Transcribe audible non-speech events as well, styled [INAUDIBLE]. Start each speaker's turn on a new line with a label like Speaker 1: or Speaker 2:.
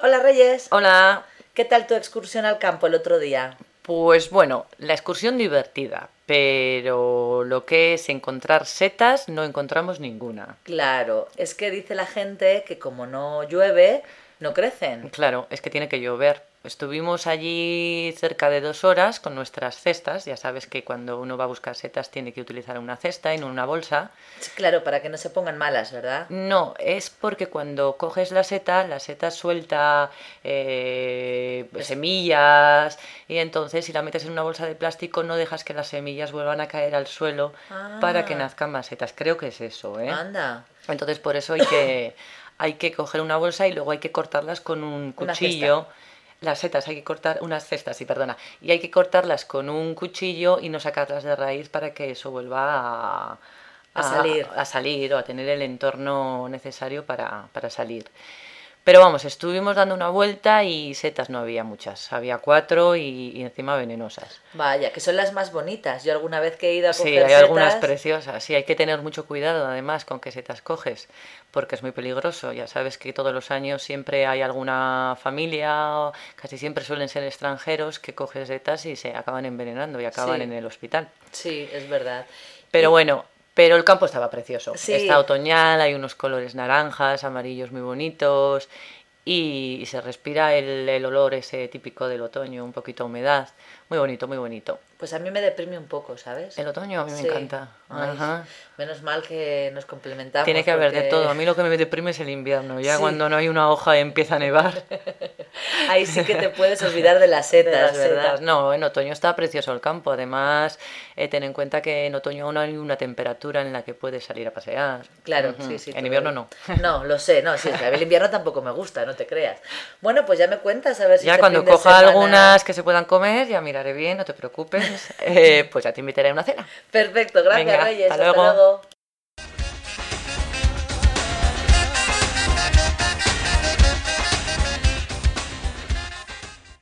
Speaker 1: Hola Reyes.
Speaker 2: Hola.
Speaker 1: ¿Qué tal tu excursión al campo el otro día?
Speaker 2: Pues bueno, la excursión divertida, pero lo que es encontrar setas no encontramos ninguna.
Speaker 1: Claro, es que dice la gente que como no llueve, no crecen.
Speaker 2: Claro, es que tiene que llover. Estuvimos allí cerca de dos horas con nuestras cestas. Ya sabes que cuando uno va a buscar setas tiene que utilizar una cesta y no una bolsa.
Speaker 1: Claro, para que no se pongan malas, ¿verdad?
Speaker 2: No, es porque cuando coges la seta, la seta suelta eh, semillas y entonces si la metes en una bolsa de plástico no dejas que las semillas vuelvan a caer al suelo
Speaker 1: Ah.
Speaker 2: para que nazcan más setas. Creo que es eso, ¿eh?
Speaker 1: Anda.
Speaker 2: Entonces por eso hay que, [COUGHS] hay que coger una bolsa y luego hay que cortarlas con un
Speaker 1: Una cesta.
Speaker 2: cuchillo. Las setas hay que cortar, unas cestas, sí, perdona. Y hay que cortarlas con un cuchillo y no sacarlas de raíz para que eso vuelva a,
Speaker 1: A salir.
Speaker 2: a salir o a tener el entorno necesario para, para salir. Pero vamos, estuvimos dando una vuelta y setas no había muchas. Había cuatro y, y encima venenosas.
Speaker 1: Vaya, que son las más bonitas. Yo alguna vez que he ido a coger
Speaker 2: Sí, hay algunas
Speaker 1: setas-
Speaker 2: preciosas. Sí, hay que tener mucho cuidado además con qué setas coges, porque es muy peligroso. Ya sabes que todos los años siempre hay alguna familia, o casi siempre suelen ser extranjeros que cogen setas y se acaban envenenando y acaban
Speaker 1: Sí.
Speaker 2: en el hospital.
Speaker 1: Sí, es verdad.
Speaker 2: Pero bueno, pero el campo estaba precioso.
Speaker 1: Sí.
Speaker 2: Está otoñal, hay unos colores naranjas, amarillos muy bonitos y, y se respira el, el olor ese típico del otoño, un poquito de humedad. Muy bonito, muy bonito.
Speaker 1: Pues a mí me deprime un poco, ¿sabes?
Speaker 2: El otoño a mí me
Speaker 1: Sí.
Speaker 2: encanta.
Speaker 1: Ay,
Speaker 2: Ajá.
Speaker 1: Menos mal que nos complementamos.
Speaker 2: Tiene que haber de
Speaker 1: porque
Speaker 2: todo. A mí lo que me deprime es el invierno. Ya
Speaker 1: Sí.
Speaker 2: cuando no hay una hoja y empieza
Speaker 1: [LAUGHS]
Speaker 2: a nevar.
Speaker 1: Ahí sí que te puedes olvidar [LAUGHS] de las setas,
Speaker 2: de [LAUGHS] las
Speaker 1: ¿verdad?
Speaker 2: setas. No, en otoño está precioso el campo. Además, eh, ten en cuenta que en otoño aún hay una temperatura en la que puedes salir a pasear.
Speaker 1: Claro,
Speaker 2: Ujú.
Speaker 1: sí, sí.
Speaker 2: En
Speaker 1: todo
Speaker 2: invierno
Speaker 1: bien.
Speaker 2: no.
Speaker 1: No, lo sé, no, sí, sí, a mí el invierno tampoco me gusta, no te creas. Bueno, pues ya me cuentas, a ver si
Speaker 2: Ya
Speaker 1: este
Speaker 2: cuando
Speaker 1: fin de
Speaker 2: coja
Speaker 1: semana-
Speaker 2: algunas que se puedan comer,
Speaker 1: [LAUGHS]
Speaker 2: ya miraré bien, no te preocupes. Eh, pues ya te invitaré a una cena.
Speaker 1: Perfecto, gracias
Speaker 2: Venga,
Speaker 1: Reyes,
Speaker 2: hasta
Speaker 1: hasta
Speaker 2: luego.
Speaker 1: luego.